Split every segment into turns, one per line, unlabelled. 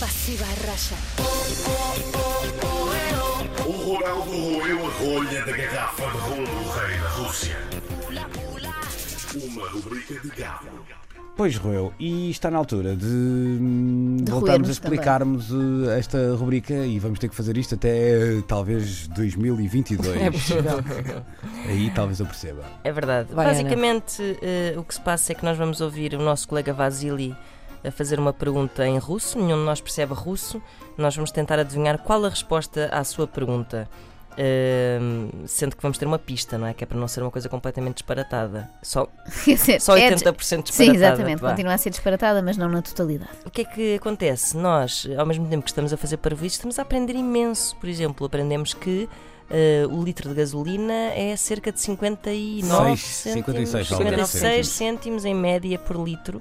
Pasiva Raya.
O Ronaldo roeu a rolha da garrafa de rum do rei da Rússia. Uma rubrica de gado.
Pois, Roel, e está na altura de, hum,
De roermos
voltarmos a explicarmos eh, esta rubrica e vamos ter que fazer isto até eh, talvez 2022.
É possível.
Aí talvez eu perceba.
É verdade.
Vai, Ana.
Basicamente, eh, o que se passa é que nós vamos ouvir o nosso colega Vasily a fazer uma pergunta em russo. Nenhum de nós percebe russo. Nós vamos tentar adivinhar qual a resposta à sua pergunta. Ehm, sendo que vamos ter uma pista, não é? Que é para não ser uma coisa completamente disparatada. Só,
Quer dizer,
só
é
80%
des-
disparatada.
Sim, exatamente.
vá.
Continua a ser disparatada, mas não na totalidade.
O que é que acontece? Nós, ao mesmo tempo que estamos a fazer parvoíces, estamos a aprender imenso. Por exemplo, aprendemos que eh, o litro de gasolina é cerca de 59
Seis, assim. 56,
cêntimos, 56
cêntimos.
cêntimos em média por litro.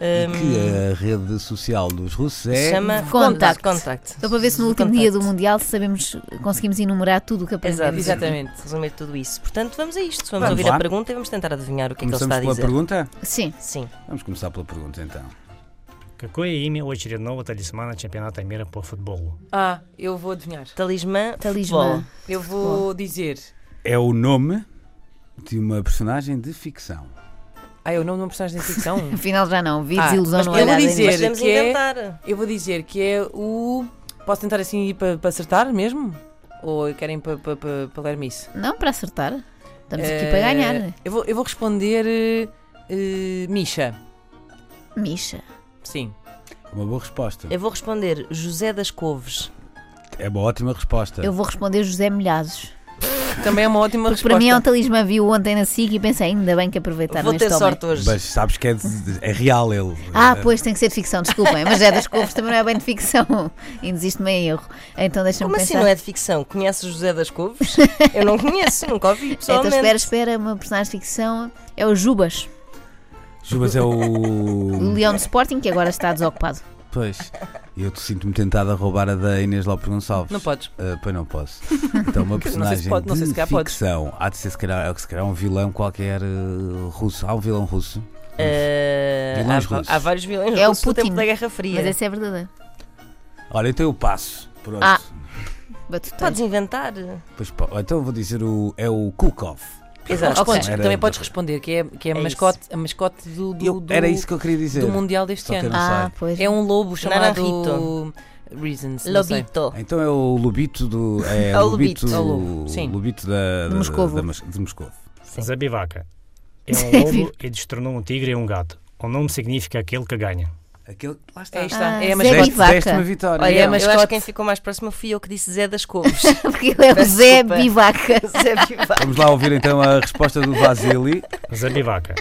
E
Hum,
que a rede social dos russos
se
é.
chama
Contact.
Contact.
Só para ver se no último
Contact.
dia do Mundial sabemos, conseguimos enumerar tudo o que
Exato.
aprendemos.
Exatamente.
Resumir tudo isso. Portanto, vamos a isto. Vamos,
Vamos
ouvir
lá.
a pergunta e vamos tentar adivinhar o que é que ele
Começamos
está a
pela
dizer.
pergunta?
Sim.
Sim.
Vamos começar pela pergunta então.
Какое имя у очередного талисмана чемпионата мира по футболу?
Ah, eu vou adivinhar.
Talismã.
Talismã.
futebol.
Eu vou dizer.
É o nome de uma personagem de ficção.
Ah, eu não não personagem de ficção?
Afinal já não. Vi
Ah,
desilusão
mas
no
eu vou
olhar da
dizer-
Mas
Inês.
podemos
que é-
inventar.
eu vou dizer que é o. Posso tentar assim ir para acertar mesmo? Ou querem para pa, pa, pa ler miss?
Não, para acertar. Estamos aqui
Eh,
para ganhar. é?
Eu vou, eu vou responder. eh, eh, Misha.
Misha.
Sim.
Uma boa resposta.
Eu vou responder José das Couves.
É uma ótima resposta.
Eu vou responder José Milhazes.
Também é uma ótima
Porque
resposta.
para mim é um talismã. Vi-o ontem na SIC e pensei, ainda Tá bem que aproveitaram
Vou
este
ter
homem.
sorte hoje.
Mas sabes que é, de- é real ele.
Ah, pois tem que ser de ficção, desculpem, mas é das couves, também não é bem de ficção. Ainda existe meio erro. Então deixa-me
Como assim
pensar.
não é de ficção? Conheces José das Couves? Eu não conheço, nunca ouvi
então
pessoalmente.
espera, espera, uma personagem de ficção é o Jubas,
Jubas é
o
o.
Leão do Sporting, que agora está desocupado.
Pois. Eu te sinto-me tentado a roubar a da Inês Lopes Gonçalves.
Não podes.
Ah, pois não posso. Então, uma
Não sei se
personagem
pode, não sei se
de
calhar podes.
ficção. Há de ser, se calhar, se calhar um vilão qualquer eh, russo. Há um vilão russo.
Eh,
Vilões
há,
russos.
há vários vilões
É o
russos do
Putin.
tempo da Guerra Fria.
Mas essa é verdadeira.
Ora, então eu passo. Pronto.
Ah. Batuta.
Podes inventar.
Pois, pa- então vou dizer o. É o Kukov.
Exato.
Respondes.
Era-
Também podes responder, que é, que é, a,
É
mascote, a mascote do, do,
Eu-
do-
Era isso que eu queria dizer.
do Mundial deste
Só que eu
ano.
não
Ah,
sei.
pois.
É um lobo chamado
Naranjito.
Reasons. não sei.
Lobito.
Então é o Lubito do. É,
É o
Lubito.
Lobito.
É o Lobo, sim.
Lubito da.
De
da-
Moscovo.
da Mos- de Moscovo.
Забивака. É um lobo e destronou um tigre e um gato. O nome significa aquele que ganha.
Aquele que lá está.
Aí está.
Ah,
é
Zé
a mascote.
Bivaca.
Deste- Deste uma vitória.
Olha,
é a
eu acho
mascote.
que quem ficou mais próxima fui eu que disse Zé das Couves.
Porque ele é o
Peço
Zé
desculpa.
Bivaca.
Zé Bivaca.
Vamos lá ouvir então a resposta do Vasily.
Забивака.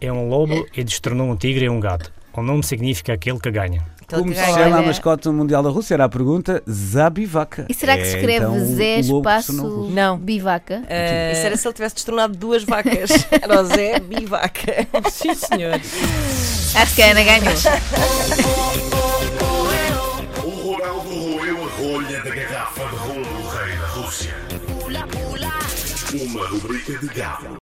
É um lobo e destronou um tigre e um gato. O nome significa aquele que ganha.
Aquele
Como
que
se
ganha.
chama a
Olha.
mascote do Mundial da Rússia? Era a pergunta Zabivaca.
E será que se
É,
escreve
então,
Zé
o lobo que se um não
espaço
russo.
Não.
Bivaca?
Eh,
Isso era se ele tivesse destronado duas vacas. Era o Zé Bivaca.
Sim, senhor.
Acho que a Ana ganhou.
O Ronaldo roeu a rolha da garrafa de rum do rei da Rússia. Uma rubrica de gado.